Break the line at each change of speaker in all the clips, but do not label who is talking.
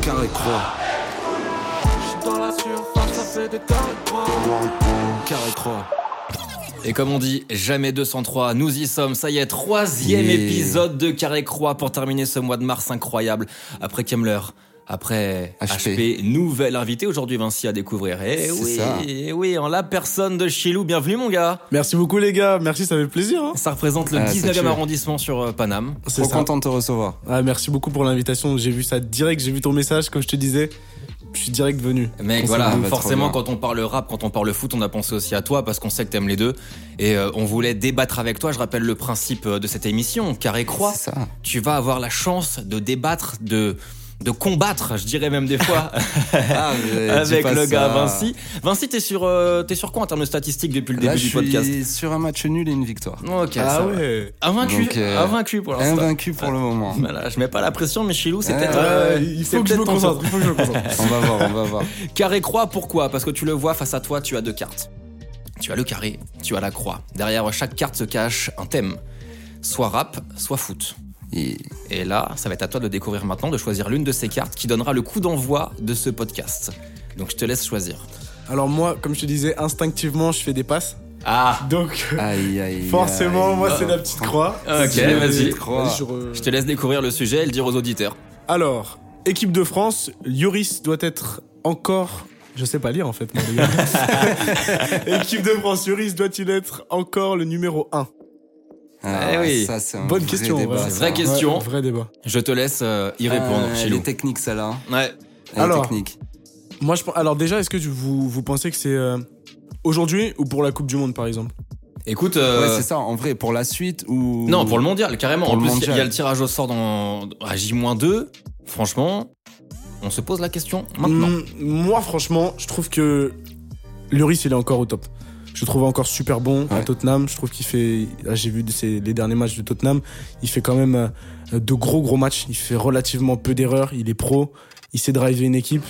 Carré croix.
J'suis dans la surface, ça fait des carrés de poing.
Carré croix.
Et comme on dit, jamais 203, nous y sommes, ça y est, troisième
Yeah.
épisode de Carré Croix pour terminer ce mois de mars incroyable. Après Kemmler, après HP,
HP.
nouvel invité aujourd'hui Vinci à découvrir. Eh
C'est
oui,
ça.
eh oui, en la personne de Chilou, bienvenue mon gars.
Merci beaucoup les gars, merci, ça fait plaisir. hein.
Ça représente le
Ah, ça
19e
tue.
arrondissement sur euh, Paname.
C'est
Trop
ça.
content de te recevoir.
Ah, merci beaucoup pour l'invitation, j'ai vu ça direct, j'ai vu ton message comme je te disais. Je suis direct venu.
Mec,
On
voilà,
s'en va
forcément,
bah, trop
quand on parle rap, quand on parle foot, on a pensé aussi à toi parce qu'on sait que t'aimes les deux. Et euh, on voulait débattre avec toi. Je rappelle le principe euh, de cette émission, Carré Croix.
C'est ça.
Tu vas avoir la chance de débattre, de, de combattre, je dirais même des fois,
Ah, mais dis
avec
pas
le
ça.
gars Vinci. Vinci, t'es sur, euh, t'es sur quoi en termes de statistiques depuis le
Là,
début
je
du podcast
suis sur un match nul et une victoire.
Ok, ça
Ah
va.
ouais.
Invaincu,
Donc, euh,
invaincu pour l'instant.
Invaincu pour le moment.
Voilà, je mets pas la pression, mais Chilou, c'est
Ah,
peut-être.
ouais,
euh,
il
c'est
faut que je
peut-être
me
ton
concentre,
tour.
il faut que je me concentre.
On va voir, on va voir.
Carré croix, pourquoi Parce que tu le vois face à toi, tu as deux cartes. Tu as le carré, tu as la croix. Derrière chaque carte se cache un thème. Soit rap, soit foot.
Et-
Et là, ça va être à toi de découvrir maintenant, de choisir l'une de ces cartes qui donnera le coup d'envoi de ce podcast. Donc je te laisse choisir.
Alors moi, comme je te disais, instinctivement, je fais des passes.
Ah
Donc euh,
Aïe, aïe.
forcément,
aïe.
moi c'est la petite croix.
Ok,
Si j'avais-
vas-y.
Croix.
je re-
Je te laisse découvrir le sujet et le dire aux auditeurs.
Alors, équipe de France, Lloris doit être encore. Je sais pas lire en fait, moi, les gars. équipe de France, Lloris doit-il être encore le numéro 1
Ah,
Eh oui.
Ça, c'est un
Bonne
vrai
question. en
débat,
vrai.
ça.
Vraie question.
Ouais, vrai débat.
Je te laisse euh, y répondre,
Ah, Elle
Chilou.
est technique, celle-là.
Ouais.
Elle est
Alors.
technique.
Moi, je pense- Alors déjà, est-ce que tu- vous, vous pensez que c'est euh, aujourd'hui ou pour la Coupe du Monde, par exemple
Écoute,
Ouais,
euh,
c'est ça. En vrai, pour la suite ou.
Non, pour le mondial, carrément.
Pour
en
le
plus, il
mondial.
y a le tirage au sort dans, à J-2. Franchement, on se pose la question maintenant.
Mm, Moi, franchement, je trouve que Lloris, il est encore au top. Je le trouve encore super bon à
Ouais.
Tottenham. Je trouve qu'il fait. là, J'ai vu ses- les derniers matchs de Tottenham. Il fait quand même euh, de gros gros matchs. Il fait relativement peu d'erreurs. Il est pro. Il sait driver une équipe.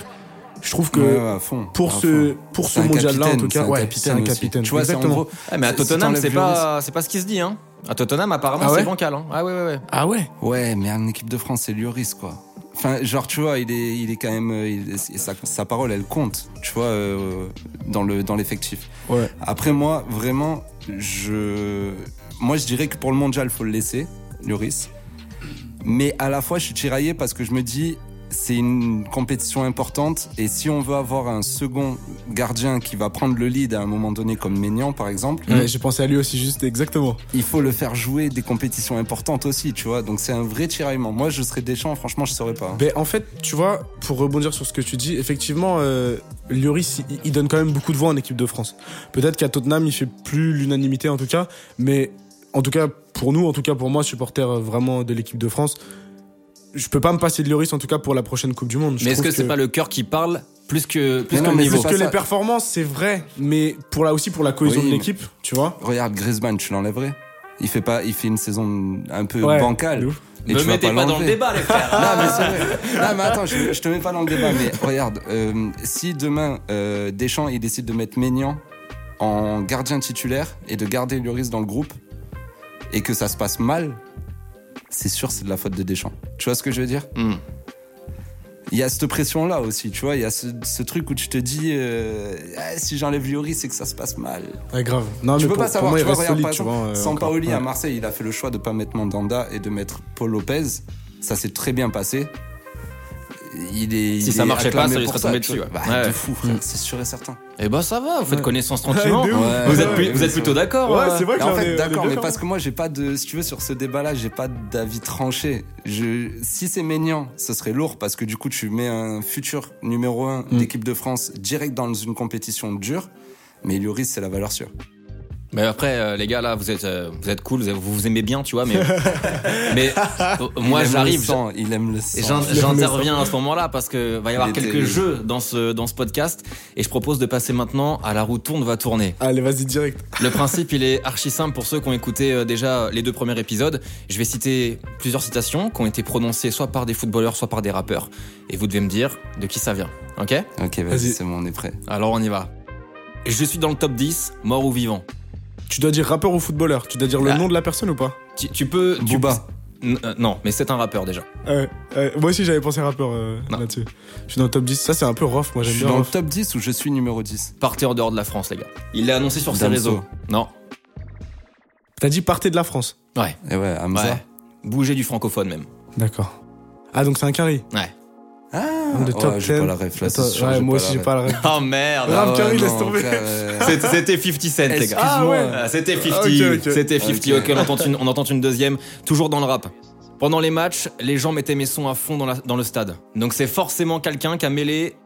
Je trouve que
Ouais, ouais, à fond,
pour
à
ce
fond.
pour
C'est
ce
un
mondial-là, en
capitaine,
tout cas,
c'est un
ouais, c'est
capitaine
un
aussi.
capitaine.
Tu vois, c'est en
Exactement.
gros.
Ah, mais à
Si
Tottenham,
t'enlèves
c'est pas, c'est pas ce qui se dit. Hein. À Tottenham, apparemment,
Ah ouais
c'est bancal. Hein. Ah ouais, ouais, ouais.
Ah ouais.
Ouais, mais en équipe de France, c'est Lloris, quoi. Enfin, genre, tu vois, il est, il est quand même. euh, il- et sa, sa parole, elle compte, tu vois, euh, dans le dans l'effectif.
Ouais.
Après, moi, vraiment, je. Moi, je dirais que pour le mondial, faut le laisser, Lloris. Mais à la fois, je suis tiraillé parce que je me dis, c'est une compétition importante. Et si on veut avoir un second gardien qui va prendre le lead à un moment donné, comme Ménian, par exemple,
Ouais, J'ai pensé à lui aussi, juste exactement.
il faut le faire jouer des compétitions importantes aussi, tu vois. Donc c'est un vrai tiraillement. Moi, je serais Deschamps, franchement, je saurais pas. hein.
Ben, en fait, tu vois, pour rebondir sur ce que tu dis, effectivement, euh, Lloris, il, il donne quand même beaucoup de voix en équipe de France. Peut-être qu'à Tottenham, il fait plus l'unanimité en tout cas, mais en tout cas pour nous, en tout cas pour moi, supporter euh, vraiment de l'équipe de France, je peux pas me passer de Lloris en tout cas pour la prochaine Coupe du Monde. Je
Mais est-ce
trouve
que c'est pas le cœur qui parle plus que, plus
Mais
que
non,
le
mais
niveau
c'est
Parce que
ça.
les performances, c'est vrai, mais pour là aussi pour la cohésion
Oui,
de
mais-
l'équipe, tu vois.
Regarde Griezmann, tu l'enlèverais. Il fait pas, il fait une saison un peu
Ouais, de
bancale.
ouf.
Et
Me
tu vas
mettez pas dans le
l'enlever.
débat, les frères.
Non mais c'est vrai. Non mais attends, je, je te mets pas dans le débat. Mais regarde, euh, si demain euh, Deschamps il décide de mettre Maignan en gardien titulaire et de garder Lloris dans le groupe et que ça se passe mal, c'est sûr c'est de la faute de Deschamps. Tu vois ce que je veux dire
Hmm.
Il y a cette pression là aussi, tu vois. Il y a ce, ce truc où tu te dis euh, Ah, si j'enlève Lloris c'est que ça se passe mal.
Ouais, grave.
Ah,
Non,
Tu
mais
peux pas
pour, pour
savoir.
moi,
tu
il
vois,
reste
regarde,
solide,
par
tu
exemple,
vois. euh, encore.
Sampaoli
Ouais.
à Marseille, il a fait le choix de pas mettre Mandanda et de mettre Paul Lopez. Ça s'est très bien passé. Il est.
Si
il
ça
est
marchait pas,
acclamé
ça lui
pour
serait tombé
tu vois.
dessus, ouais.
Bah,
Ouais. Mm.
De fou, frère, c'est sûr et certain.
Eh ben, ça va, vous faites connaissance tranquillement.
Ouais, de ouf.
Ouais,
vous
ouais,
êtes, plus-
ouais,
vous êtes
c'est
plutôt d'accord.
Ouais,
euh.
c'est vrai que
en
là, on est-
fait,
on est
d'accord, mais
d'accord.
parce que moi, j'ai pas de. Si tu veux, sur ce débat-là, j'ai pas d'avis tranché. Je, si c'est Maignan, ce serait lourd parce que du coup, tu mets un futur numéro
Mm.
1 d'équipe de France direct dans une compétition dure. Mais Lloris, c'est la valeur sûre.
Mais après, euh, les gars, là, vous êtes, euh, vous êtes cool, vous, vous vous aimez bien, tu vois, mais, mais euh, moi,
Il aime le
j'arrive.
sang, Il aime le sang.
Et j'in-
Le
J'interviens à ce moment-là parce que va y avoir
Il était-
quelques jeux dans ce, dans ce podcast et je propose de passer maintenant à la roue tourne va tourner.
Allez, vas-y, direct.
Le principe il est archi simple pour ceux qui ont écouté euh, déjà les deux premiers épisodes. Je vais citer plusieurs citations qui ont été prononcées soit par des footballeurs soit par des rappeurs et vous devez me dire de qui ça vient. Ok
Ok,
Vas-y.
vas-y, c'est bon, on est prêt.
Alors on y va. Je suis dans le top 10, mort ou vivant.
Tu dois dire rappeur ou footballeur. Tu dois dire le
Ah.
nom de la personne ou pas
Tu, tu peux. tu-
Booba.
N- euh, non, mais c'est un rappeur déjà.
Euh, euh, Moi aussi, j'avais pensé rappeur euh,
Non.
là-dessus. Je suis dans le top 10. Ça, c'est un peu rough. Moi,
Je
j'aime
suis
bien.
dans le
rough.
top 10 ou je suis numéro 10
Partez en dehors de la France, les gars. Il l'a annoncé sur ses
Damso.
réseaux. Non.
T'as dit partez de la France.
Ouais.
Eh ouais, Hamza.
Ouais. Bougez du francophone même.
D'accord. Ah, donc c'est un carry.
Ouais.
Ah,
Le top
ouais, j'ai pas
10.
la ref là,
Attends,
c'est sûr,
ouais, moi
la
aussi, j'ai
ref. Ah
pas la ref.
Oh merde
Grave
ouais,
carry, laisse
non,
tomber.
ça, euh,
C'est- C'était 50 Cent, les gars.
Ah ouais.
Ah, C'était 50.
Ah, ok, ok.
C'était 50.
Ok.
Ok, on, entend une, on entend une deuxième. Toujours dans le rap. Pendant les matchs, les gens mettaient mes sons à fond dans, la- dans le stade. Donc c'est forcément quelqu'un qui a mêlé.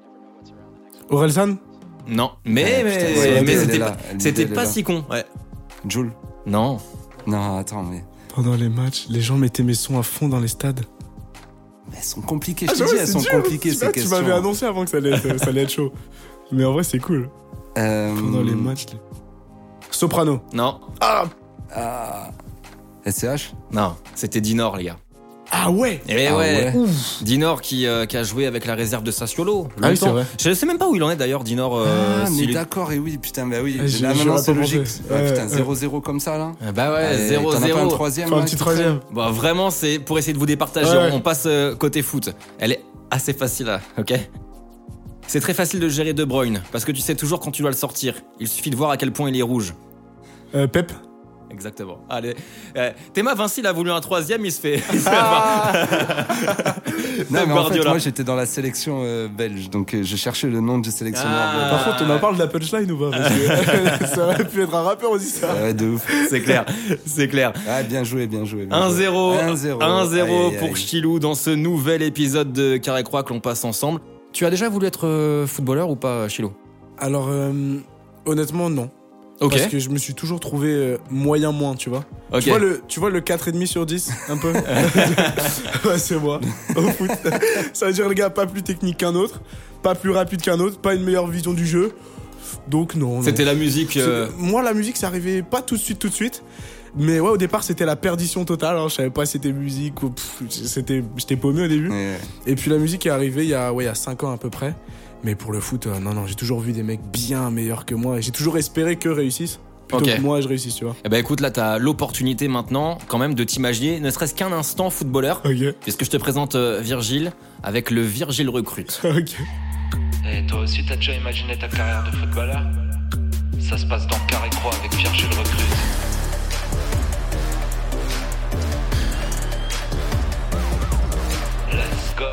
Orelsan
Non, mais,
Ouais,
mais,
putain, c'est vrai,
mais
elle est
c'était
là,
pas,
elle est
c'était
là, elle est
pas
là.
si con. Ouais.
Jul.
Non.
Non, attends, mais.
Pendant les matchs, les gens mettaient mes sons à fond dans les stades.
Elles sont compliquées,
Ah,
Ah, je te
j'avoue,
dis, elles
c'est
sont
dur.
compliquées
Tu
ces
vois,
questions.
Tu m'avais annoncé avant que ça allait être, ça allait être chaud. Mais en vrai, c'est cool.
Euh,
Pendant les matchs. les- Soprano.
Non.
ah, SCH
Non. C'était Dinor, les gars.
Ah ouais
Eh
Ah ouais.
ouais. Dinor qui, euh, qui a joué avec la réserve de Sassuolo.
Ah oui, c'est
longtemps.
vrai.
Je sais même pas où il en est d'ailleurs, Dinor. euh,
Ah, mais
s'il est-
d'accord, et oui, putain, bah oui.
Ah, j'ai-
là,
j'aurais
maintenant,
pas
c'est logique.
pensé.
Ouais,
Ouais,
putain,
ouais.
0-0 comme ça, là.
Ah Bah ouais,
Allez, T'en as pas un
0-0.
troisième
Enfin, un
là,
petit
qui traîne
troisième.
Bah vraiment, c'est pour essayer de vous départager.
Ouais.
On passe euh, côté foot. Elle est assez facile là, ok C'est très facile de gérer De Bruyne, parce que tu sais toujours quand tu dois le sortir. Il suffit de voir à quel point il est rouge.
Euh, Pep
Exactement. Allez. Euh, Théma Vinci, il a voulu un troisième, il se fait. il se fait
Ah. Non, mais en fait,
Guardiola.
moi, j'étais dans la sélection euh, belge, donc euh, je cherchais le nom du sélectionneur.
Ah.
Par contre, on en parle de la punchline ou pas Parce que ça aurait pu être un rappeur aussi,
belge.
ça.
Ouais, de ouf.
voir. c'est clair, c'est clair.
Ah, bien joué, bien joué. bien joué.
1-0
Aïe,
1-0
aïe,
pour
aïe.
Chilou dans ce nouvel épisode de Carré Croix que l'on passe ensemble. Tu as déjà voulu être euh, footballeur ou pas, Chilou
Alors, euh, honnêtement, non.
Ok.
Parce que je me suis toujours trouvé euh, moyen moins, tu vois.
ok.
Tu vois le, tu vois le 4,5 sur 10, un peu Ouais, c'est moi, au foot. Ça veut dire, le gars, pas plus technique qu'un autre, pas plus rapide qu'un autre, pas une meilleure vision du jeu. Donc, non. non.
C'était la musique. euh,
C'est- Moi, la musique, ça arrivait pas tout de suite, tout de suite. Mais ouais, au départ, c'était la perdition totale. hein. Je savais pas si c'était musique ou. pff, c'était- J'étais paumé au début.
Ouais.
Et puis la musique est arrivée il y a, ouais, il y a 5 ans à peu près. Mais pour le foot, euh, non, non, j'ai toujours vu des mecs bien meilleurs que moi. Et j'ai toujours espéré qu'eux réussissent. Plutôt
Ok.
que moi, je réussisse, tu vois.
Eh ben écoute, là t'as l'opportunité maintenant quand même de t'imaginer, ne serait-ce qu'un instant footballeur,
Ok,
puisque je te présente euh, Virgile avec le Virgile Recrute.
ok.
Et Eh, toi aussi, t'as déjà imaginé ta carrière de footballeur Ça se passe dans Carré Croix avec Pierre Gilles Recrute. Let's go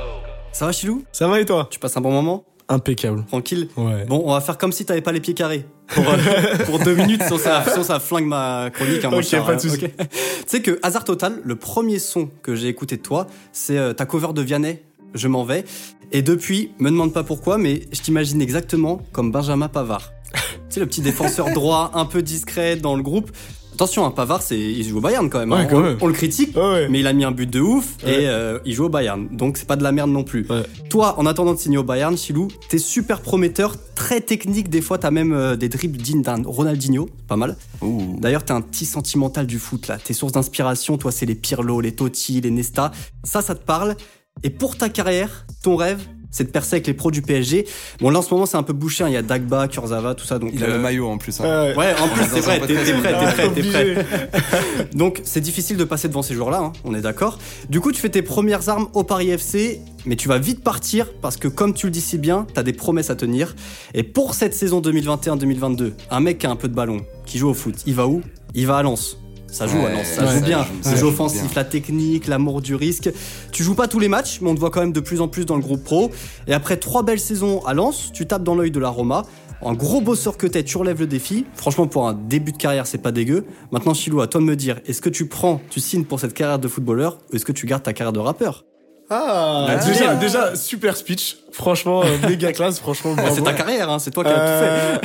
Ça va, Chilou
Ça va et toi
Tu passes un bon moment
Impeccable.
Tranquille
Ouais.
Bon, on va faire comme si t'avais pas les pieds carrés. Pour, euh, pour deux minutes, sinon ça, sinon ça flingue ma chronique. hein, mon
Ok,
cher,
pas de
hein,
souci.
ok. tu sais que, hasard total, le premier son que j'ai écouté de toi, c'est euh, ta cover de Vianney, Je m'en vais. Et depuis, me demande pas pourquoi, mais je t'imagine exactement comme Benjamin Pavard. tu sais, le petit défenseur droit, un peu discret dans le groupe. Attention, hein, Pavard, c'est, il joue au Bayern quand même. hein.
Ouais, quand
on,
même.
on le critique,
Ouais, ouais.
mais il a mis un but de ouf
Ouais.
et euh, il joue au Bayern. Donc c'est pas de la merde non plus.
Ouais.
Toi, en attendant de signer au Bayern, Chilou, t'es super prometteur, très technique. Des fois, t'as même euh, des dribbles dignes d'un Ronaldinho, pas mal.
Ouh.
D'ailleurs, t'es un petit sentimental du foot là. Tes sources d'inspiration, toi, c'est les Pirlo, les Totti, les Nesta. Ça, ça te parle. Et pour ta carrière, ton rêve, c'est de percer avec les pros du PSG. Bon, là en ce moment, c'est un peu bouché. hein. Il y a Dagba, Kurzawa, tout ça. Donc,
Il a
euh,
le maillot en plus. hein.
Ouais,
Ouais, en plus,
est
c'est
dans un
vrai, t'es
podcast.
t'es prêt, t'es prêt, t'es prêt.
Obligé.
Donc c'est difficile de passer devant ces joueurs-là, hein, on est d'accord. Du coup, tu fais tes premières armes au Paris FC, mais tu vas vite partir parce que comme tu le dis si bien, t'as des promesses à tenir. Et pour cette saison 2021-2022, un mec qui a un peu de ballon, qui joue au foot, il va où Il va à Lens. Ça joue à
Ouais,
Lens, ça
ouais,
joue
ça
bien.
joue,
Le
ça
jeu
joue
offensif,
bien.
la technique, l'amour du risque. Tu joues pas tous les matchs, mais on te voit quand même de plus en plus dans le groupe pro. Et après trois belles saisons à Lens, tu tapes dans l'œil de la Roma. En gros bosseur que t'es, tu relèves le défi. Franchement, pour un début de carrière, c'est pas dégueu. Maintenant, Chilou, à toi de me dire, est-ce que tu prends, tu signes pour cette carrière de footballeur ou est-ce que tu gardes ta carrière de rappeur Bah,
Ah, déjà, déjà, super speech. Franchement, euh, méga classe. Franchement, bravo.
Ah, C'est ta carrière, hein, c'est toi qui as tout fait.
Euh,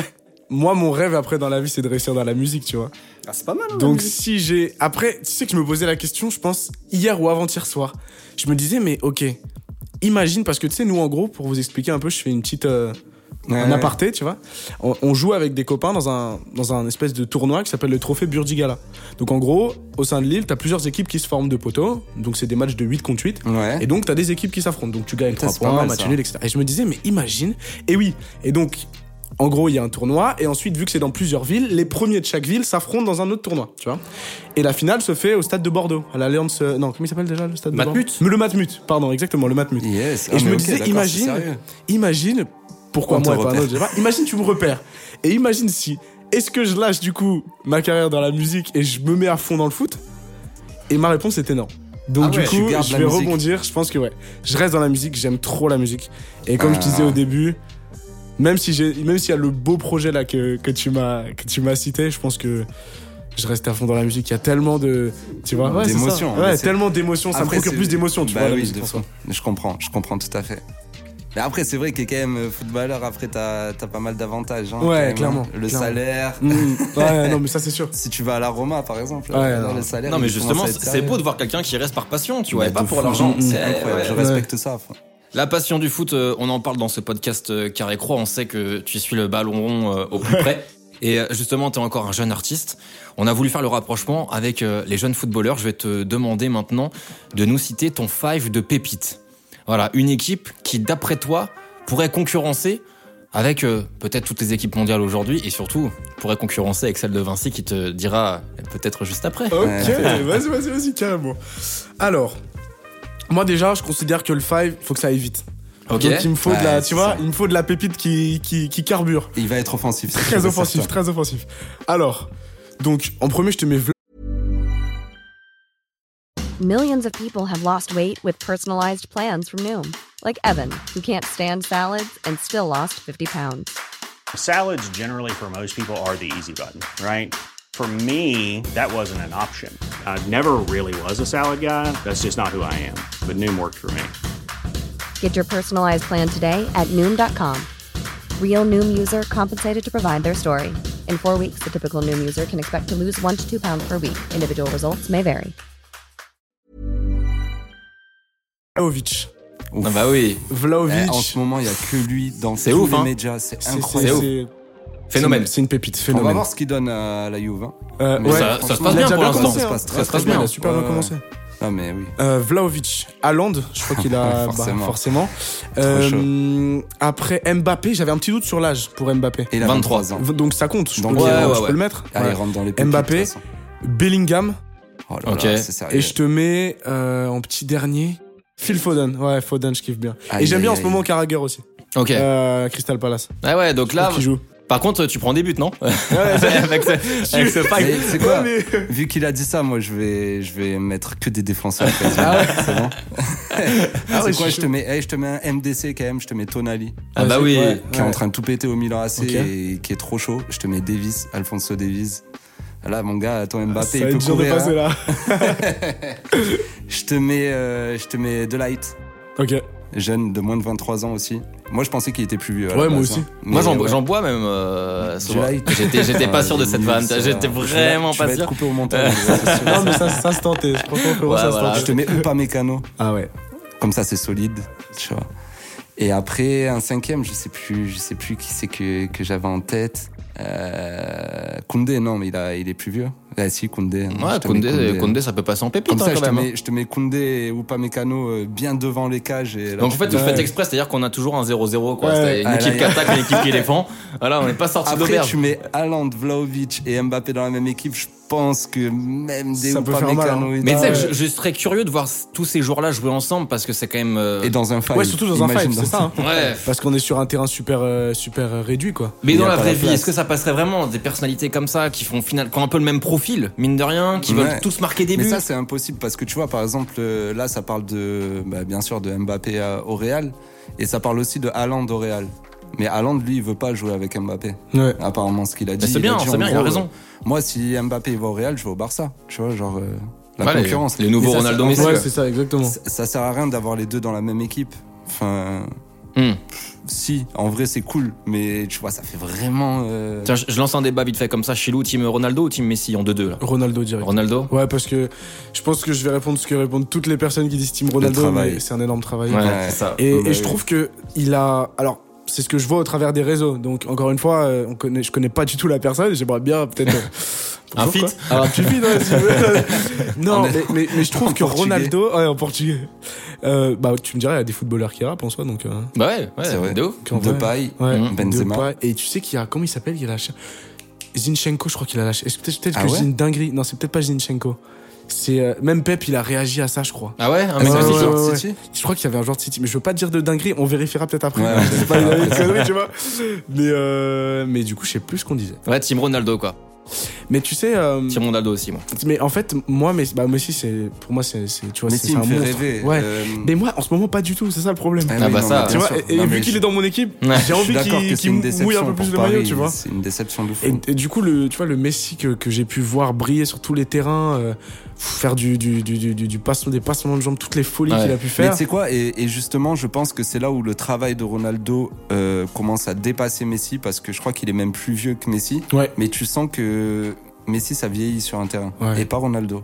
moi, mon rêve après dans la vie, c'est de réussir dans la musique, tu vois.
Ah, c'est pas mal. hein, la
Donc
musique.
si j'ai... Après, tu sais que je me posais la question, je pense, hier ou avant-hier soir. Je me disais, mais ok, imagine, parce que tu sais, nous, en gros, pour vous expliquer un peu, je fais une petite... euh, un
Ouais.
aparté, tu vois. On, on joue avec des copains dans un, dans un espèce de tournoi qui s'appelle le trophée Burdigala. Donc en gros, au sein de l'île, t'as plusieurs équipes qui se forment de poteaux. Donc c'est des matchs de 8 contre 8.
Ouais.
Et donc, t'as des équipes qui s'affrontent. Donc, tu gagnes
Putain,
3
c'est pas
points,
mal,
match
ça.
nul, etc. Et je me disais, mais imagine. Et oui. Et donc, en gros, il y a un tournoi. Et ensuite, vu que c'est dans plusieurs villes, les premiers de chaque ville s'affrontent dans un autre tournoi. Tu vois Et la finale se fait au stade de Bordeaux, à l'Alliance. euh, Non, comment il s'appelle déjà le stade de
Matmut.
Bordeaux Mais Le Matmut, pardon, exactement, le Matmut.
Yes.
Et
Ah,
je
mais
me
ok,
disais,
d'accord, c'est
imagine,
sérieux.
imagine, pourquoi
On te
moi et pas un
repère.
autre, je sais pas. imagine tu me repères. Et imagine si, est-ce que je lâche du coup ma carrière dans la musique et je me mets à fond dans le foot Et ma réponse était non. Donc
Ah
du
ouais,
coup,
tu gardes
je
la
vais
musique.
rebondir, je pense que ouais. Je reste dans la musique, j'aime trop la musique. Et comme je
Ah.
te disais au début, même si j'ai, même s'il y a le beau projet là que, que tu m'as, que tu m'as cité, je pense que je reste à fond dans la musique. Il y a tellement de, tu vois, ouais, c'est ça.
D'émotions,
Ouais,
mais c'est-
tellement d'émotions, ça me
Après,
procure
c'est-
plus d'émotions, tu
Bah
vois. la
oui,
musique,
de
en
fond.
soi.
Je comprends, je comprends tout à fait. Mais après, c'est vrai que quand même, euh, footballeur, après, t'as as pas mal d'avantages. hein,
Ouais,
quand même, hein.
clairement,
Le
clairement.
salaire.
Mm. ouais, non mais ça c'est sûr.
Si tu vas à la Roma, par exemple,
Ouais,
alors
non.
le salaire.
Non mais
il commence
justement,
à être
c'est
sérieux.
beau de voir quelqu'un qui reste par passion, tu vois,
Ouais,
et pas
de
pour
fou.
l'argent.
Mm, mm,
C'est-
incroyable,
ouais,
je
ouais.
respecte ça. faut-
La passion du foot, euh, on en parle dans ce podcast euh, Carré Croix, on sait que tu suis le ballon rond euh, au plus près. Et euh, justement, tu es encore un jeune artiste. On a voulu faire le rapprochement avec euh, les jeunes footballeurs. Je vais te demander maintenant de nous citer ton five de pépites. Voilà, une équipe qui, d'après toi, pourrait concurrencer avec euh, peut-être toutes les équipes mondiales aujourd'hui et surtout pourrait concurrencer avec celle de Vinci qui te dira euh, peut-être juste après.
Ok,
Ouais.
vas-y, vas-y, vas-y, carrément. Alors, moi déjà, je considère que le 5, faut que ça aille vite.
Ok.
Donc il me faut de la,
Ouais,
tu
c'est
vois,
ça.
il me faut de la pépite qui, qui, qui carbure.
Il va être offensif. c'est sûr,
Très
c'est
offensif,
certain.
très offensif. Alors, donc en premier, je te mets Vla-
Millions of people have lost weight with personalized plans from Noom, like Evan, who can't stand salads and still lost 50 pounds.
Salads, generally, for most people, are the easy button, right? For me, that wasn't an option. I never really was a salad guy. That's just not who I am. But Noom worked for me.
Get your personalized plan today at Noom.com. Real Noom user compensated to provide their story. In four weeks, the typical Noom user can expect to lose one to two pounds per week. Individual results may vary.
Vlaovic.
Ouf.
Ah bah oui,
Vlaovic.
Eh, en ce moment, il n'y a que lui dans
C'est
tous
ouf,
les
hein.
médias. C'est
c'est-
incroyable.
c'est-
phénomène.
C'est une pépite,
On va
phénomène.
voir ce qu'il donne à la Juve. hein.
Euh,
Mais
ouais.
ça- ça se passe
Il a
bien
déjà
pour
bien
l'instant.
commencé,
Ça
hein.
se passe très,
très bien.
Il a super bien
Ouais.
commencé.
Ah, mais oui.
Euh, Vlaovic, Haaland, je crois qu'il a bah,
Forcément.
forcément. Euh, après Mbappé, j'avais un petit doute sur l'âge pour Mbappé.
Et il a
23
23 ans.
V- Donc ça compte, je,
Donc,
peux, le-
ouais, ouais,
je
ouais.
peux le mettre.
Ah,
Ouais.
il rentre dans les pépites,
Mbappé.
de toute façon.
Bellingham,
Oh là
Ok.
là, c'est sérieux.
et je te mets euh, en petit dernier. Phil Foden, ouais, Foden, je kiffe bien.
Aïe,
et j'aime bien
aïe,
en ce
aïe.
moment Carragher aussi.
Ok.
Euh, Crystal Palace,
Ah ouais, donc là,
qui joue.
par contre, tu prends des buts, non
Ah, bah
Avec ce, avec ce pack.
Mais C'est quoi
Ouais, mais-
Vu qu'il a dit ça, moi je vais, je vais mettre que des défenseurs. C'est bon.
Ah ouais,
c'est quoi
je suis
je te, mets, eh, je te mets un MDC quand même, je te mets Tonali,
Ah bah oui.
Ouais.
qui est en train de tout péter au Milan AC
Ok.
et qui est trop chaud. Je te mets Davis, Alfonso Davis. Là, mon gars, ton
Ça
Mbappé,
va
il
être
peut
dur de
courir.
passer
hein.
là.
Je te mets, euh, je te mets Delight,
Ok.
jeune de moins de 23 ans aussi. Moi, je pensais qu'il était plus vieux. à la
Ouais, moi
base,
aussi.
hein.
Moi
Mais
j'en
ouais. Bah,
j'en bois même. euh, souvent.
July.
J'étais j'étais pas sûr de
Ah,
cette
nul,
vanne.
ça.
J'étais
Tu vas-
vraiment
tu
pas
vas être
sûr.
coupé au montage. ouais, c'est sûr.
Non, mais ça, ça se tentait. Je crois qu'on
Ouais,
ça
voilà.
se
Je te
tentait.
mets ou pas Mécano.
Ah ouais.
Comme ça, c'est solide, tu vois. Et après, un cinquième, je sais plus, je sais plus qui c'est que, que j'avais en tête. Euh, Koundé, non, mais il, a, il est plus vieux. Ah si, Koundé.
Ouais,
je te mets
Koundé, Koundé, ça peut passer en pépite
Comme ça,
hein,
je te,
quand même. hein.
mets, je te mets Koundé ou pas Mécano euh, bien devant les cages. Et là,
Donc en
tu-
fait, vous
Ouais.
faites exprès, c'est-à-dire qu'on a toujours un 0-0 quoi.
Ouais.
C'est Une
Ah, là,
équipe
y
qui
a-
attaque, une équipe qui défend. Voilà, on n'est pas sorti
après,
d'auberge.
tu mets Haaland, Vlaovic et Mbappé dans la même équipe. Je pense que même des
Ça
ou
peut
pas
faire mal,
Mécano.
hein.
et
Mais tu
tout,
sais,
Ah,
je,
ouais.
je serais curieux de voir s- tous ces joueurs-là jouer ensemble parce que c'est quand même. euh,
Et dans un fight.
Ouais, surtout dans un
imagine
fight, c'est ça. hein.
Ouais.
Parce qu'on est sur un terrain super, euh, super euh, réduit, quoi.
Mais
Il y
dans
a
la
pas
vraie
la
vie,
place.
est-ce que ça passerait vraiment des personnalités comme ça qui font final, qui ont un peu le même profil, mine de rien, qui veulent
Ouais.
tous marquer des
Mais
buts
ça, c'est impossible parce que tu vois, par exemple, euh, là, ça parle de, bah, bien sûr, de Mbappé à- au Real et ça parle aussi de Haaland au Real. Mais Haaland, lui, il veut pas jouer avec Mbappé.
Ouais.
Apparemment, ce qu'il a dit.
Mais Bah, c'est
il
bien,
dit,
c'est
en
bien, il a
gros,
raison.
euh, moi, si Mbappé il va au Real, je vais au Barça. Tu vois, genre, euh, la
Ouais, les-
concurrence.
les nouveaux
Mais ça,
Ronaldo
c'est-
Messi,
en
Ouais,
vrai,
que-
c'est ça, exactement.
Ça ça sert à rien d'avoir les deux dans la même équipe. Enfin,
Hmm.
Si, en vrai, c'est cool, mais tu vois, ça fait vraiment. euh,
Tiens, je, je lance un débat vite fait comme ça. Chilou, team Ronaldo ou team Messi en 2-2 là
Ronaldo direct.
Ronaldo
Ouais, parce que je pense que je vais répondre ce que répondent toutes les personnes qui disent Team Ronaldo,
travail.
mais c'est un énorme travail.
Ouais,
Ouais.
c'est ça.
Et,
Bah
et je
oui.
trouve que il a. Alors, c'est ce que je vois au travers des réseaux. Donc, encore une fois, euh, on connaît, je connais pas du tout la personne. et J'aimerais bien peut-être. euh,
Un
bonjour,
feat.
quoi. Ah, Un petit feat, ouais, si vous voulez. Non,
En-
mais, mais, mais je trouve
en
que
portugais.
Ronaldo. Ouais, en portugais. Euh, bah, tu me dirais, il y a des footballeurs qui rappent en soi, donc. euh,
Bah ouais, ouais,
C'est vrai.
de ouf.
qu'en vrai-
Depay,
Ouais,
Mhm. Benzema.
Depay. Et tu sais qu'il y a. Comment il s'appelle Il a lâché. Zinchenko, je crois qu'il a lâché. Est-ce que Peut-être peut-être
Ah
que
ouais
c'est une dinguerie. Non, c'est peut-être pas Zinchenko. C'est euh, même Pep, il a réagi à ça, je crois.
Ah ouais, un
Ah,
mec
ouais,
de City.
ouais, ouais.
Genre City
Je crois qu'il y avait un joueur de City, mais je veux pas te dire de dinguerie. On vérifiera peut-être après.
Ouais, on
C'est
vérifiera
pas une
après.
connerie, tu vois. Mais euh, mais du coup, je sais plus ce qu'on disait.
Ouais, team Ronaldo quoi.
Mais tu sais, euh,
Team Ronaldo aussi moi.
mais en fait, moi, mais bah Messi, c'est pour moi, c'est c'est- tu vois, c'est
Messi
c'est
il
un
me fait
monstre.
rêver.
Ouais.
euh,
Mais moi, en ce moment, pas du tout. C'est ça le problème.
ah
Ah
oui,
bah
non,
ça,
mais
tu
bien
vois,
sûr.
et, et
Non, mais
vu qu'il
je-
est dans mon équipe,
Ouais.
j'ai
Je suis
envie
d'accord
qu'il
que c'est une
qu'il mouille un peu
déception pour
plus le maillot,
Paris.
tu vois.
C'est une déception de fou.
Et, et du coup, le, tu vois, le Messi que, que j'ai pu voir briller sur tous les terrains, euh, faire du, du, du, du, du, du passement, des passements de jambes, toutes les folies
Ouais.
qu'il a pu
Mais
faire.
tu sais quoi et, et justement, je pense que c'est là où le travail de Ronaldo euh, commence à dépasser Messi parce que je crois qu'il est même plus vieux que Messi.
Ouais.
Mais tu sens que Messi, ça vieillit sur un terrain
Ouais.
et pas Ronaldo.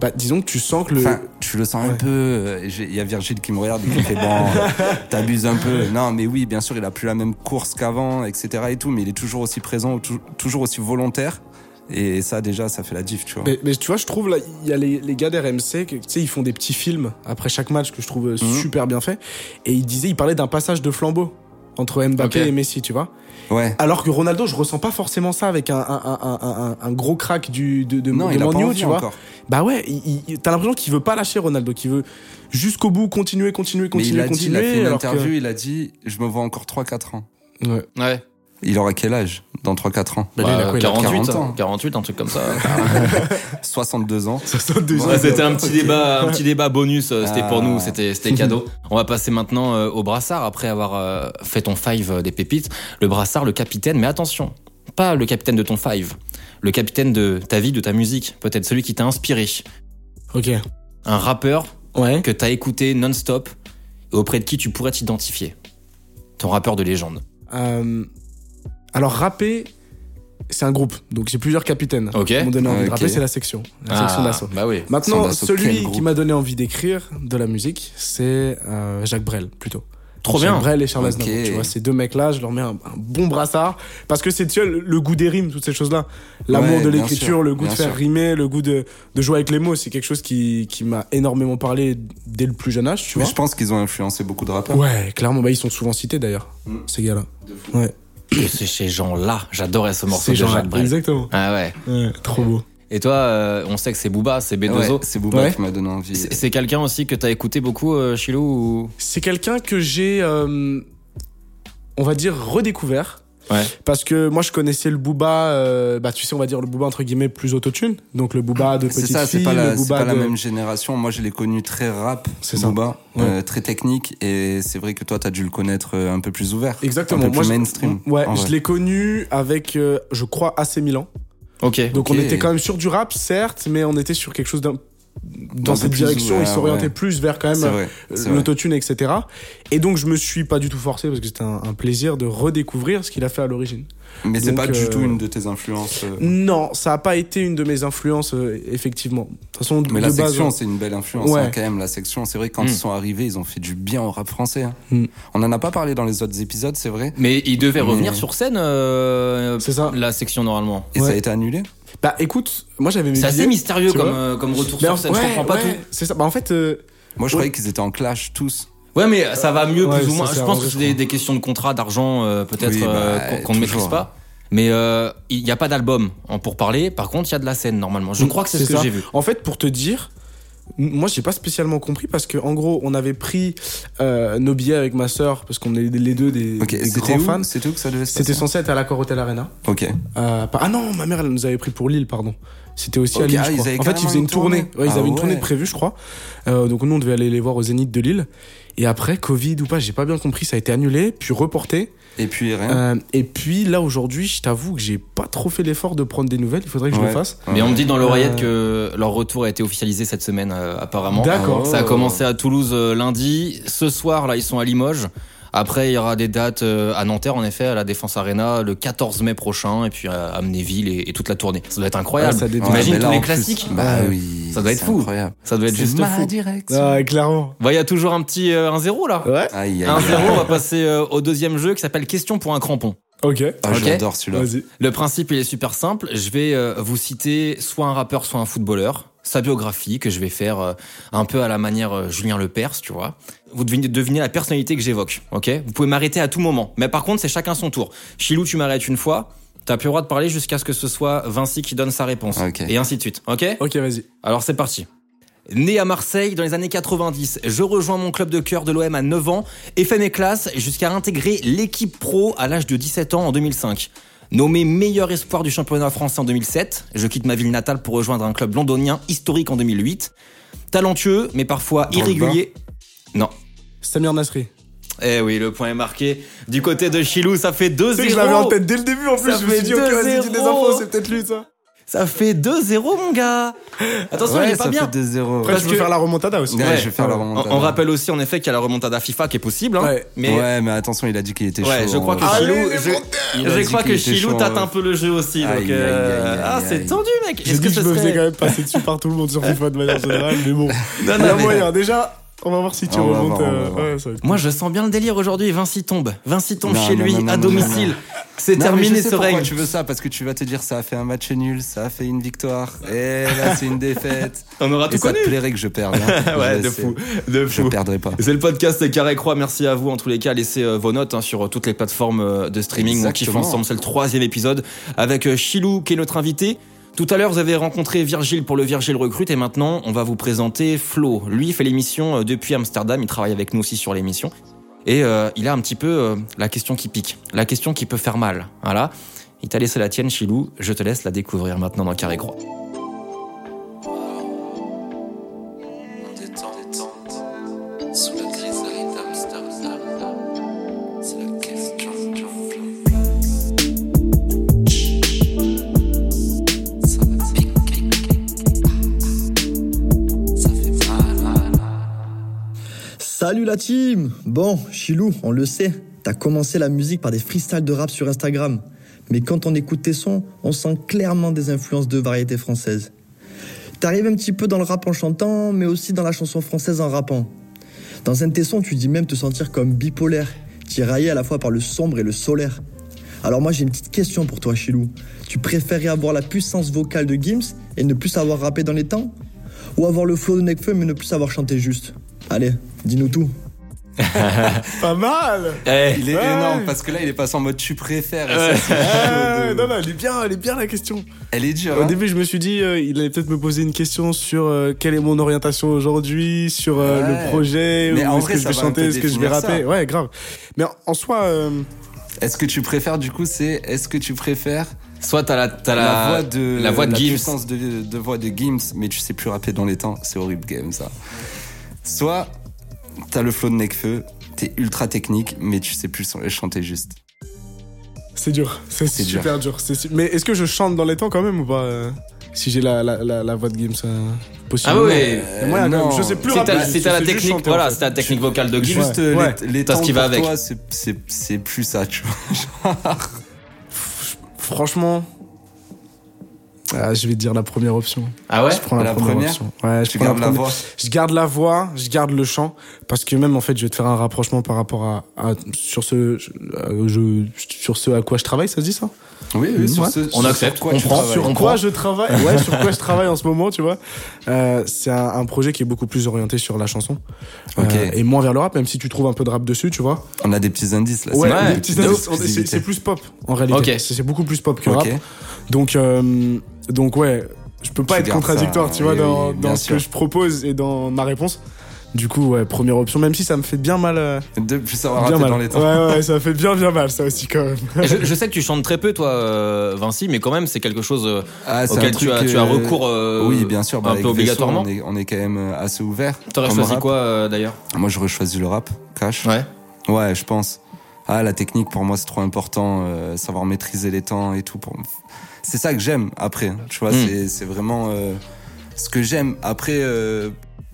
Bah, disons que tu sens que le.
Enfin, tu le sens un
Ouais.
peu. euh, j'ai- Il y a Virgile qui me regarde et qui me fait bon, euh, t'abuses un peu. Non, mais oui, bien sûr, il a plus la même course qu'avant, etc. Et tout, mais il est toujours aussi présent, tou- toujours aussi volontaire. Et ça, déjà, ça fait la diff, tu vois.
Mais, mais tu vois, je trouve, là, il y a les, les gars d'RMC, que, tu sais, ils font des petits films après chaque match que je trouve euh,
Mhm.
super bien fait. Et ils disaient, ils parlaient d'un passage de flambeau entre Mbappé
Ok.
et Messi, tu vois.
Ouais.
Alors que Ronaldo, je ressens pas forcément ça avec un, un, un, un, un- un gros crack du, de, de,
non,
de
il a
Man
pas
U,
envie
tu vois.
encore.
Bah ouais, il- il- t'as l'impression qu'il veut pas lâcher Ronaldo, qu'il veut jusqu'au bout continuer, continuer,
Mais il
continuer,
a dit, il
continuer.
a fait une
alors que-
interview, il a dit, je me vois encore 3-4 ans.
Ouais.
Ouais.
Il aura quel âge dans 3-4 ans
Bah, là, il a hein. quoi, il a
48,
40 ans.
hein, 48, un truc comme ça.
Ah
62 ans.
Ça saute des
Ouais,
yeux.
c'était un petit débat, un petit débat bonus. euh, C'était pour
Ah.
nous, c'était c'était cadeau. On va passer maintenant euh, au brassard après avoir euh, fait ton five euh, des pépites. Le brassard, le capitaine, mais attention, pas le capitaine de ton five, le capitaine de ta vie, de ta musique, peut-être celui qui t'a inspiré,
Ok.
un rappeur
Ouais.
que t'as écouté non-stop et auprès de qui tu pourrais t'identifier. Ton rappeur de légende.
Euh, alors, rapper, c'est un groupe, donc j'ai plusieurs capitaines.
Ok.
Ils m'ont donné envie de
Ok. Ah.
rapper, Ah. c'est la section. La section d'assaut.
bah oui.
Maintenant,
Section d'assaut, quel
celui
groupe
qui m'a donné envie d'écrire de la musique, c'est euh, Jacques Brel, plutôt.
Trop
Jacques
bien.
Brel et Charles
Ok.
Aznavour. Tu vois, ces deux mecs-là, je leur mets un, un bon brassard. Parce que c'est, tu vois, le, le goût des rimes, toutes ces choses-là. L'amour
Ouais,
de
bien sûr,
l'écriture, le goût de
bien
faire
sûr.
rimer, le goût de, de jouer avec les mots, c'est quelque chose qui, qui m'a énormément parlé dès le plus jeune âge, tu
Mais
vois.
je pense qu'ils ont influencé beaucoup de rappeurs.
Ouais, clairement, bah, ils sont souvent cités d'ailleurs, ces gars-là. Ouais,
Et c'est ces gens-là. J'adorais ce morceau
ces
de
gens-là.
Jacques Brel.
Exactement.
Ah ouais.
Ouais, trop beau.
Et toi, euh, on sait que c'est Booba, c'est
Ah Ouais,
B2O.
c'est Booba
Ouais.
qui m'a donné envie.
C'est c'est quelqu'un aussi que t'as écouté beaucoup, euh, Chilou ou...
C'est quelqu'un que j'ai, euh, on va dire, redécouvert.
Ouais.
Parce que moi, je connaissais le Booba, euh, bah, tu sais, on va dire le Booba entre guillemets plus autotune. Donc le Booba de
C'est
petite
ça,
fille,
c'est pas,
le
la, c'est
Booba
pas la
de-
même génération. Moi, je l'ai connu très rap,
C'est ça.
Booba,
Ouais.
euh, très technique. Et c'est vrai que toi, t'as dû le connaître euh, un peu plus ouvert.
Exactement.
Un peu
moi,
plus
je-
mainstream.
Ouais,
en
je
vrai.
l'ai connu avec, euh, je crois, AC Milan.
Ok.
Donc
Ok.
on était quand même sur du rap, certes, mais on était sur quelque chose d'un- dans
peu
cette
plus
direction,
ouvert,
il s'orientait
ouais.
plus vers quand même
C'est vrai.
euh,
c'est vrai.
l'autotune, etc. Et donc je me suis pas du tout forcé parce que c'était un, un plaisir de redécouvrir ce qu'il a fait à l'origine.
Mais c'est
Donc,
pas du
euh,
tout une de tes influences. euh,
Non, ça a pas été une de mes influences, euh, effectivement. De toute façon, de
Mais la
de base, hein.
section, c'est une belle influence
Ouais.
hein, quand même. La section, c'est vrai quand
Mm.
ils sont arrivés, ils ont fait du bien au rap français. hein.
Mm.
On en a pas parlé dans les autres épisodes, c'est vrai.
Mais il devait
Mais-
revenir sur scène, euh,
C'est ça.
la section normalement.
Et ça a
Ouais.
été annulé.
Bah écoute, moi j'avais mes
C'est assez
billets.
mystérieux
tu
comme,
vois.
euh, comme retour
Mais en-
sur scène, je
ouais,
comprends pas
ouais,
tout.
C'est ça. Bah en fait, euh,
Moi, je
Ouais.
croyais qu'ils étaient en clash tous.
Ouais, mais ça va mieux
Ouais,
plus ou
ça,
moins.
c'est
Je
un
pense
vrai,
que c'est
je
des,
crois.
des questions de contrat, d'argent, euh, peut-être
Oui, bah,
euh, qu'on- qu'on ne
toujours,
maîtrise pas. Mais euh, il n'y a pas d'album en pour parler. Par contre, il y a de la scène normalement.
Mm,
Je crois que c'est ce que
ça.
j'ai vu.
En fait, pour te dire, m- moi j'ai pas spécialement compris parce que en gros, on avait pris euh, nos billets avec ma sœur parce qu'on est les deux des,
Ok,
des
c'était
grands fans.
où C'était où que ça devait se passer
C'était censé être à l'accord Hotel Arena.
Ok.
Euh, pas- Ah non, ma mère elle nous avait pris pour Lille, pardon. C'était aussi à
Ok,
Lille.
ah,
je
ils
crois.
avaient
en fait, ils
carrément
faisaient une
une tournée.
tournée. Ouais, ils
Ah
avaient une
ouais.
tournée de prévue, je crois. Euh, donc nous, on devait aller les voir au Zénith de Lille. Et après, Covid ou pas, j'ai pas bien compris, ça a été annulé, puis reporté.
Et puis rien.
Euh, et puis là, aujourd'hui, je t'avoue que j'ai pas trop fait l'effort de prendre des nouvelles. Il faudrait que je
Ouais.
le fasse.
Mais on me dit dans l'oreillette que leur retour a été officialisé cette semaine, euh, apparemment.
D'accord.
Ça a commencé à Toulouse euh, lundi. Ce soir, là, ils sont à Limoges. Après, il y aura des dates euh, à Nanterre, en effet, à la Défense Arena, le 14 mai prochain, et puis à Amnéville et, et toute la tournée. Ça doit être incroyable.
Ah, ça détend.
T'imagines
mais là,
tous les
en plus,
classiques
Bah oui.
Ça doit être
c'est
fou.
Incroyable.
Ça doit être
C'est
juste
ma
fou.
direction.
Ah, clairement.
Bah, il y a toujours un petit euh, 1-0 là.
Ouais.
Aïe, aïe, aïe.
1-0, on va passer euh, au deuxième jeu qui s'appelle Question pour un crampon.
Ok.
Ah,
Ok.
J'adore celui-là.
Vas-y.
Le principe, il est super simple. Je vais euh, vous citer soit un rappeur, soit un footballeur, sa biographie, que je vais faire euh, un peu à la manière euh, Julien Lepers, tu vois. Vous devinez, devinez la personnalité que j'évoque, ok Vous pouvez m'arrêter à tout moment. Mais par contre, c'est chacun son tour. Chilou, tu m'arrêtes une fois. T'as plus le droit de parler jusqu'à ce que ce soit Vinci qui donne sa réponse.
Ok.
Et ainsi de suite, ok
Ok, vas-y.
alors c'est parti. Né à Marseille dans les années 90, je rejoins mon club de cœur de l'OM à 9 ans et fais mes classes jusqu'à intégrer l'équipe pro à l'âge de 17 ans en 2005. Nommé meilleur espoir du championnat français en 2007, je quitte ma ville natale pour rejoindre un club londonien historique en 2008. Talentueux, mais parfois
Drogba.
irrégulier. Non.
Samir Nasri.
Eh oui, le point est marqué. Du côté de Chilou, ça fait 2-0.
Tu sais que je l'avais en tête dès le début en plus.
Ça
je me suis
fait
dit, ok, vas-y, dis des
2-0.
infos, c'est peut-être lui, ça.
Ça fait 2-0, mon gars. Attention,
Ouais,
il est pas
ça
bien.
fait 2-0.
Après,
Parce
je peux
que-
faire la remontada aussi.
Ouais,
Ouais.
je vais faire la
On,
remontada.
on rappelle aussi en effet qu'il y a la remontada FIFA qui est possible. hein.
Ouais.
mais
Ouais, mais attention, il a dit qu'il était chaud.
Ouais, je crois que
hein.
Chilou,
Allez,
je,
Il a
je
dit
crois
qu'il
que
était
Chilou
chaud,
tâte
hein.
un peu le jeu aussi.
Aïe,
donc,
aïe, aïe,
euh,
aïe, aïe,
ah,
aïe.
c'est tendu, mec.
J'ai
Est-ce que
dit que je
ce
me faisais
serait
quand même passer dessus par tout le monde sur FIFA de manière générale, mais bon.
Non,
Il y a
non, mais-
moyen. Déjà, on va voir si tu
On va
remontes.
voir, on va
euh,
voir.
Ouais, ça va être-
Moi, je sens bien le délire aujourd'hui. Vinci tombe. Vinci tombe
Non,
chez
non,
lui
non, non,
à
non, non,
domicile.
non.
C'est
Non, mais
terminé
je sais
ce
pourquoi
règne.
tu veux ça parce que tu vas te dire ça a fait un match nul, ça a fait une victoire et là c'est une défaite.
On aura
et
tout
ça
connu.
te plairait que je perde. hein.
Ouais,
Je
de
sais.
fou, de
Je
fou.
perdrai pas.
C'est le podcast Carré Croix. Merci à vous en tous les cas. Laissez euh, vos notes hein, sur euh, toutes les plateformes euh, de streaming. On kiffe
Exactement.
ensemble. C'est le troisième épisode avec euh, Chilou qui est notre invité. Tout à l'heure, vous avez rencontré Virgile pour le Virgile Recrute et maintenant, on va vous présenter Flo. Lui, il fait l'émission euh, depuis Amsterdam. Il travaille avec nous aussi sur l'émission. Et euh, il a un petit peu euh, la question qui pique, la question qui peut faire mal. Voilà. Il t'a laissé la tienne, Chilou. Je te laisse la découvrir maintenant dans Carré Croix.
Sous la grisaille d'Amsterdam, c'est la question du Ça va piquer. Ça fait mal.
Salut la team Bon, Chilou, on le sait, t'as commencé la musique par des freestyles de rap sur Instagram. Mais quand on écoute tes sons, on sent clairement des influences de variété française. T'arrives un petit peu dans le rap en chantant, mais aussi dans la chanson française en rappant. Dans un de tes sons, tu dis même te sentir comme bipolaire, tiraillé à la fois par le sombre et le solaire. Alors moi j'ai une petite question pour toi Chilou. Tu préférais avoir la puissance vocale de Gims et ne plus savoir rapper dans les temps Ou avoir le flow de Nekfeu mais ne plus savoir chanter juste Allez, dis-nous tout.
Pas mal
Eh,
Il est
Ouais.
énorme parce que là il est passé en mode tu préfères. et ça, c'est
Ouais,
chaud de-
Euh, non, non, elle est bien, elle est bien la question.
Elle est dure.
Au
hein.
début, je me suis dit, euh, il allait peut-être me poser une question sur euh, quelle est mon orientation aujourd'hui, sur euh,
Ouais.
le projet,
Mais
où
en
est-ce
vrai,
que je
ça
vais
va un peu
chanter, est-ce que je vais
définir ça.
rapper. Ouais, grave. Mais en- en soi, euh,
Est-ce que tu préfères du coup c'est est-ce que tu préfères
soit t'as la, t'as
la,
la,
voix de
la voix de Gims.
puissance de, de voix de Gims mais tu sais plus rapper dans les temps c'est horrible game ça. Soit t'as le flow de Nekfeu t'es ultra technique mais tu sais plus chanter juste.
c'est dur. C'est
C'est dur.
super dur. C'est su- Mais est-ce que je chante dans les temps quand même ou pas euh, Si j'ai la, la, la, la voix de Gims, euh, possiblement.
oui.
Euh, moi, quand
non.
même, je sais plus
Si t'as-
rapper,
si
je
t'as la
sais juste
technique,
chanter, en
voilà,
fait.
si t'as la technique vocale de Gims.
Juste euh,
Ouais.
les, les
T'as ce
temps
qui va
pour
avec.
toi c'est- c'est c'est plus ça tu vois. Genre,
Franchement, ah, je vais te dire la première option.
Ah ouais
Je prends la,
La
première,
première
option. Ouais, je
tu
prends la
gardes la
première.
voix.
Je garde la voix, je garde le chant, parce que même en fait, je vais te faire un rapprochement par rapport à, à- sur ce, euh, je, sur ce à quoi je travaille, ça se dit ça
Oui oui sur
Ouais.
ce-
On
sur
accepte,
quoi
on
tu
prend.
travailles.
On
Sur
prend.
quoi je travaille Ouais, sur quoi je travaille en ce moment, tu vois Euh, C'est un, un projet qui est beaucoup plus orienté sur la chanson euh,
Ok.
et moins vers le rap, même si tu trouves un peu de rap dessus, tu vois.
On a des petits indices là.
Ouais,
c'est
vrai.
des petits indices, on- c'est c'est
exclusivité.
plus pop en réalité.
Ok.
C'est c'est beaucoup plus pop que
Ok.
rap. Donc, euh, donc ouais, je peux pas
Tu
être
gardes
contradictoire,
ça,
tu vois,
oui,
dans,
oui,
dans
bien
ce
sûr.
que je propose et dans ma réponse. Du coup, ouais, première option, même si ça me fait bien mal. euh,
De plus savoir
bien
rater
mal.
dans les temps.
Ouais, ouais, ça fait bien, bien mal, ça aussi, quand même.
je, je sais que tu chantes très peu, toi, euh, Vinci, mais quand même, c'est quelque chose euh,
Ah, c'est un
auquel tu
truc,
as, tu as
euh,
recours. euh,
oui, bien sûr, bah,
un
avec
peu
Vaisseau,
obligatoirement.
on, est, on est quand même euh, assez ouvert.
T'aurais
comme
choisi
rap.
quoi euh, d'ailleurs
Moi, j'aurais choisi le rap, cash.
Ouais.
Ouais, je pense. Ah, la technique, pour moi, c'est trop important. euh, savoir maîtriser les temps et tout. Pour... C'est ça que j'aime après. hein, Tu vois,
Mm.
c'est- c'est vraiment euh, ce que j'aime. Après, euh,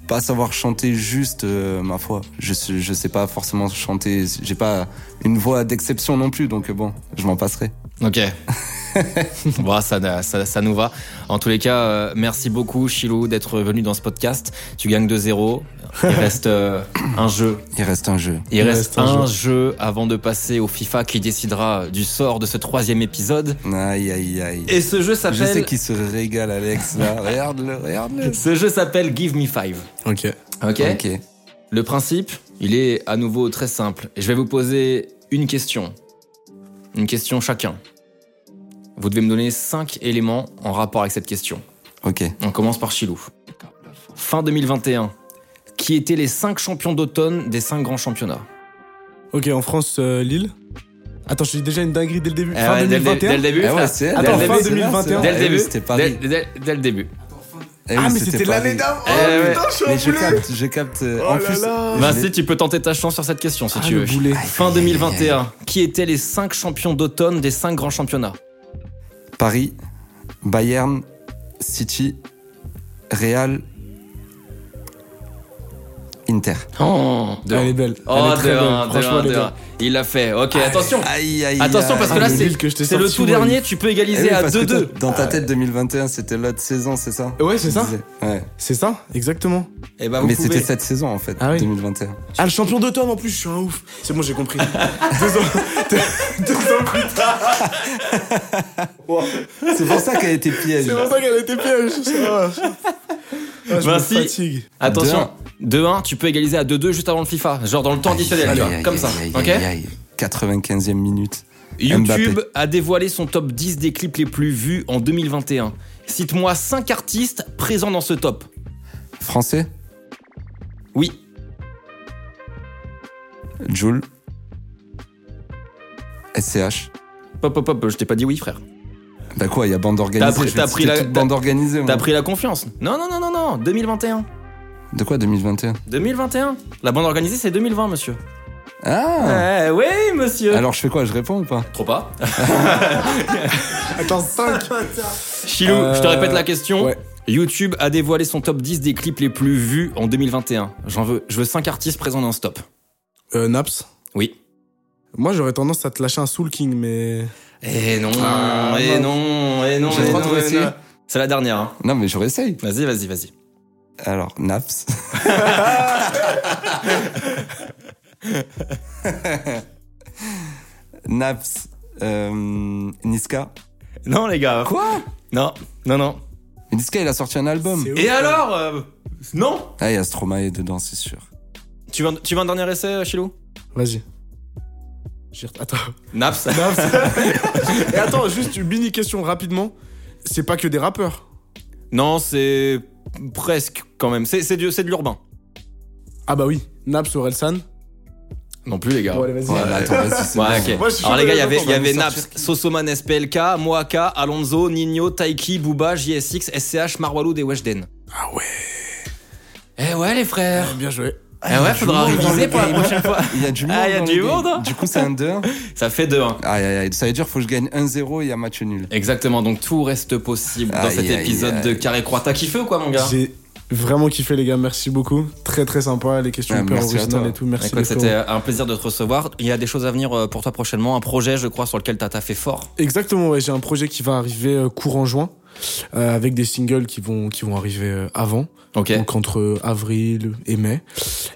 pas savoir chanter juste, euh, ma foi. Je, sais- je sais pas forcément chanter. J'ai pas une voix d'exception non plus, donc euh, bon, je m'en passerai.
Ok. bon, bah, ça, ça, ça nous va. En tous les cas, euh, merci beaucoup, Chilo, d'être venu dans ce podcast. Tu gagnes 2-0. Il reste euh, un jeu.
Il reste un jeu.
Il, reste, un jeu avant de passer au FIFA qui décidera du sort de ce troisième épisode.
Aïe, aïe, aïe.
Et ce
Je
jeu
sais
s'appelle.
qu'il se régale, Alex, là. regarde-le, regarde-le.
Ce jeu s'appelle Give Me Five.
Ok.
ok.
Ok.
Le principe, il est à nouveau très simple. Je vais vous poser une question. Une question chacun. Vous devez me donner cinq éléments en rapport avec cette question.
Ok. Eh
On commence par Chilou. Fin 2021, qui étaient les cinq champions d'automne des cinq grands championnats
Ok, en France, euh, Lille. Attends, je dis déjà une dinguerie dès le début.
Eh
fin
ouais, dès le-
2021.
Dès le début,
Eh ouais,
frère.
c'est-
Dès
Attends,
le
fin
début.
2021.
Dès le
Eh oui,
début.
c'était Paris.
Dès- dès- dès le début.
Eh oui,
ah, mais c'était
Paris.
l'année d'avant.
Eh ouais.
Mais je capte, je capte. euh,
Oh
en plus, je l'ai-
Vinci, tu peux tenter ta chance sur cette question si
Ah,
tu
le
veux.
boulet.
Fin 2021, qui étaient les cinq champions d'automne des cinq grands championnats
Paris, Bayern, City, Real, Inter.
Oh, deux.
Elle est belle.
Oh,
elle est très
deux,
belle.
un, deux,
Franchement,
un,
elle est
deux,
belle.
un. Il l'a fait. Ok,
Ah,
attention.
Aïe, aïe,
Attention, parce que
Ah,
là,
le
c'est
nul que je t'ai
c'est le
sorti,
tout
moi,
dernier. Tu peux
Eh
égaliser à Ah. 2-2.
Dans ta tête, 2021, c'était l'autre saison, c'est ça
Ouais, c'est ça.
Tu disais. Ouais.
C'est ça, exactement.
Eh ben, Ah, vous
Mais
pouvez.
c'était cette saison en fait,
Ah oui.
2021.
Ah, le champion d'automne en plus, je suis un ouf. C'est bon, j'ai compris. deux, ans, deux, deux ans plus tard.
C'est pour ça qu'elle était piège.
C'est pour ça qu'elle était piège. ça va. Ah, je me
Merci.
fatigue.
Attention. 2-1, tu peux égaliser à 2-2 juste avant le FIFA, genre dans le temps additionnel, tu vois, comme ça. ok
95e minute.
YouTube
Mbappé.
a dévoilé son top 10 des clips les plus vus en 2021. Cite-moi 5 artistes présents dans ce top.
Français
Oui,
Joule. SCH.
Pop, pop, pop, je t'ai pas dit oui, frère.
Bah quoi, il y a bande organisée.
T'as pris-
je vais
t'as
citer
pris la-
toute
t'as-
bande organisée. moi.
T'as pris la confiance. Non, non, non, non, non, 2021.
De quoi 2021
2021. La bande organisée, c'est 2020, monsieur.
Ah
Eh oui, monsieur.
Alors je fais quoi Je réponds ou pas
Trop pas.
Attends, 5.
Chilou,
Euh,
je te répète la question.
ouais.
YouTube a dévoilé son top 10 des clips les plus vus en 2021. J'en veux, je veux 5 artistes présents dans ce top.
Euh, Naps.
Oui.
Moi, j'aurais tendance à te lâcher un Soul King, mais.
Eh non,
Ah,
eh
mince.
non, eh non.
J'ai
eh
le droit
non,
de
eh
réessayer
non. C'est la dernière. hein.
Non mais je réessaye.
Vas-y, vas-y, vas-y.
Alors, Naps. Naps. euh, Niska.
Non, les gars.
Quoi
Non, non, non.
Mais Niska, il a sorti un album.
C'est ouf.
Et alors euh, Non
Ah, il y a Stromae dedans, c'est sûr.
tu veux, un- tu veux un dernier essai, euh, Chilou
Vas-y. J'ai ret- Attends.
Naps.
Naps. Et attends, juste une mini question rapidement. C'est pas que des rappeurs.
Non, c'est presque quand même. C'est c'est du- c'est de l'urbain.
Ah bah oui, Naps, Orelsan.
Non plus, les gars.
Bon, allez, vas-y.
Ouais, mais attends, vas-y, c'est
Ouais,
bon.
ok.
Moi, je suis
Alors,
chaud
les gars,
de
il y avait,
répondre,
il y
on va
avait
nous
Naps, Sosoman SPLK, Moaka, Alonso, Nino, Taiki, Booba, JSX, SCH, Marwalou et Weshden.
Ah ouais.
Eh ouais, les frères.
Bien joué.
Eh ouais, faudra
du monde dans
réviser
le
pour la
game.
prochaine fois.
Il y a du monde.
Ah, il y a
dans
du
le game.
monde.
Du coup, c'est un 2.
Ça fait hein. 2-1.
Aïe, aïe, aïe. Ça veut dire faut que je gagne 1-0 et un match nul.
Exactement, donc tout reste possible dans
Aïe,
cet
aïe,
épisode
aïe.
de Carré Croix. T'as kiffé ou quoi, mon gars
J'ai vraiment kiffé, les gars. Merci beaucoup. Très, très sympa. Les questions
Ah,
hyper
merci à
originales
toi.
et tout. Merci
Écoute,
les frérots.
Eh, c'était euh, un plaisir de te recevoir. Il y a des choses à venir euh, pour toi prochainement, un projet, je crois, sur lequel t'as taffé fort.
Exactement, ouais, j'ai un projet qui va arriver euh, courant juin, euh, avec des singles qui vont, qui vont arriver euh, avant,
Ok.
donc entre avril et mai.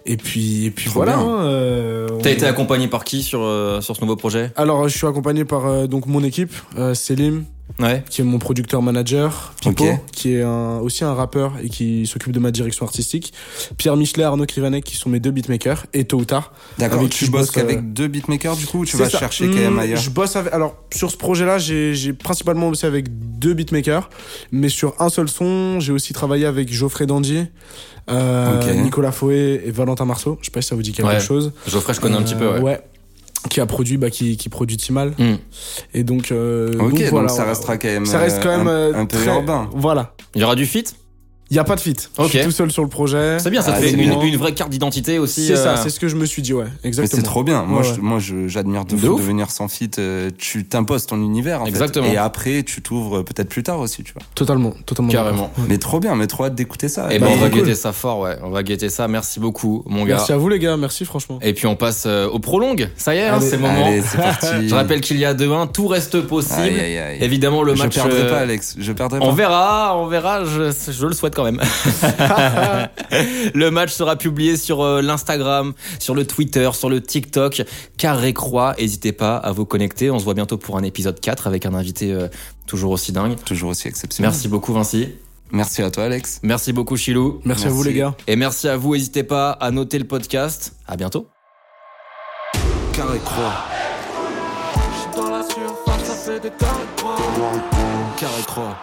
Et puis, et puis
Trop
voilà.
bien.
hein, euh, on-
T'as été accompagné par qui sur, euh, sur ce nouveau projet
Alors, je suis accompagné par euh, donc mon équipe, euh, Selim,
Ouais.
qui est mon producteur manager, Pipo,
Ok.
qui est un- aussi un rappeur et qui s'occupe de ma direction artistique, Pierre Michelet, Arnaud Krivanek, qui sont mes deux beatmakers, et tôt ou tard.
D'accord,
Avec
tu
qui je
bosses
bosse, euh,
qu'avec deux beatmakers du coup ou tu
C'est
vas
ça.
chercher
Mmh,
quand même
Hmm,
ailleurs
Je bosse avec. Alors, sur ce projet-là, j'ai j'ai principalement bossé avec deux beatmakers, mais sur un seul son, j'ai aussi travaillé avec Geoffrey Dandier, euh,
Ok.
Nicolas Fouet et Valentin Marceau. Je sais pas si ça vous dit quelque
Ouais.
chose.
Geoffrey, je connais un petit peu, ouais.
Euh, Qui a produit, bah, qui, qui produit Timal.
Hmm.
Et donc. euh,
Ok, donc,
voilà,
ça
voilà.
restera quand même,
Ça reste
euh,
quand même
un,
euh,
un peu
très-
urbain.
Voilà.
Il y aura du feat
Il n'y a pas de fit.
Ok.
Je suis tout seul sur le projet.
C'est bien, ça
Ah,
te fait
c'est
une,
bien.
une vraie carte d'identité aussi.
C'est ça,
euh,
c'est ce que je me suis dit, ouais.
Mais c'est
Exactement.
trop bien. Moi,
Ouais,
je-
ouais.
moi, je- j'admire de,
De
fou
ouf.
de venir sans fit. Euh, tu t'imposes ton univers. En fait.
Exactement.
Et après, tu t'ouvres euh, peut-être plus tard aussi, tu vois.
Totalement, totalement.
Carrément.
Mais trop bien. Mais trop hâte d'écouter ça.
Et
Et
ben, on
bah,
va
cool.
guetter ça fort, ouais. On va guetter ça. Merci beaucoup, mon gars.
Merci à vous, les gars. Merci, franchement.
Et puis on passe euh, au prolongue. Ça y est, hein,
Allez.
c'est le moment.
Allez, c'est parti.
Je rappelle qu'il y a demain, tout reste possible.
Aïe, aïe, aïe.
Évidemment, le match.
Je perdrai
euh,
pas, Alex. Je perdrai
On
pas.
verra, on verra, je, je le souhaite quand même. le match sera publié sur euh, l'Instagram, sur le Twitter, sur le TikTok. Carré Croix, n'hésitez pas à vous connecter. On se voit bientôt pour un épisode 4 avec un invité euh, toujours aussi dingue.
Toujours aussi exceptionnel.
Merci beaucoup Vinci.
Merci à toi, Alex.
Merci beaucoup Chilou.
Merci à vous,
Merci.
les gars.
Et merci à vous, n'hésitez pas à noter le podcast. À bientôt.
Carré croix,
J'suis dans la surface, ça fait des carrés de croix.
carré croix.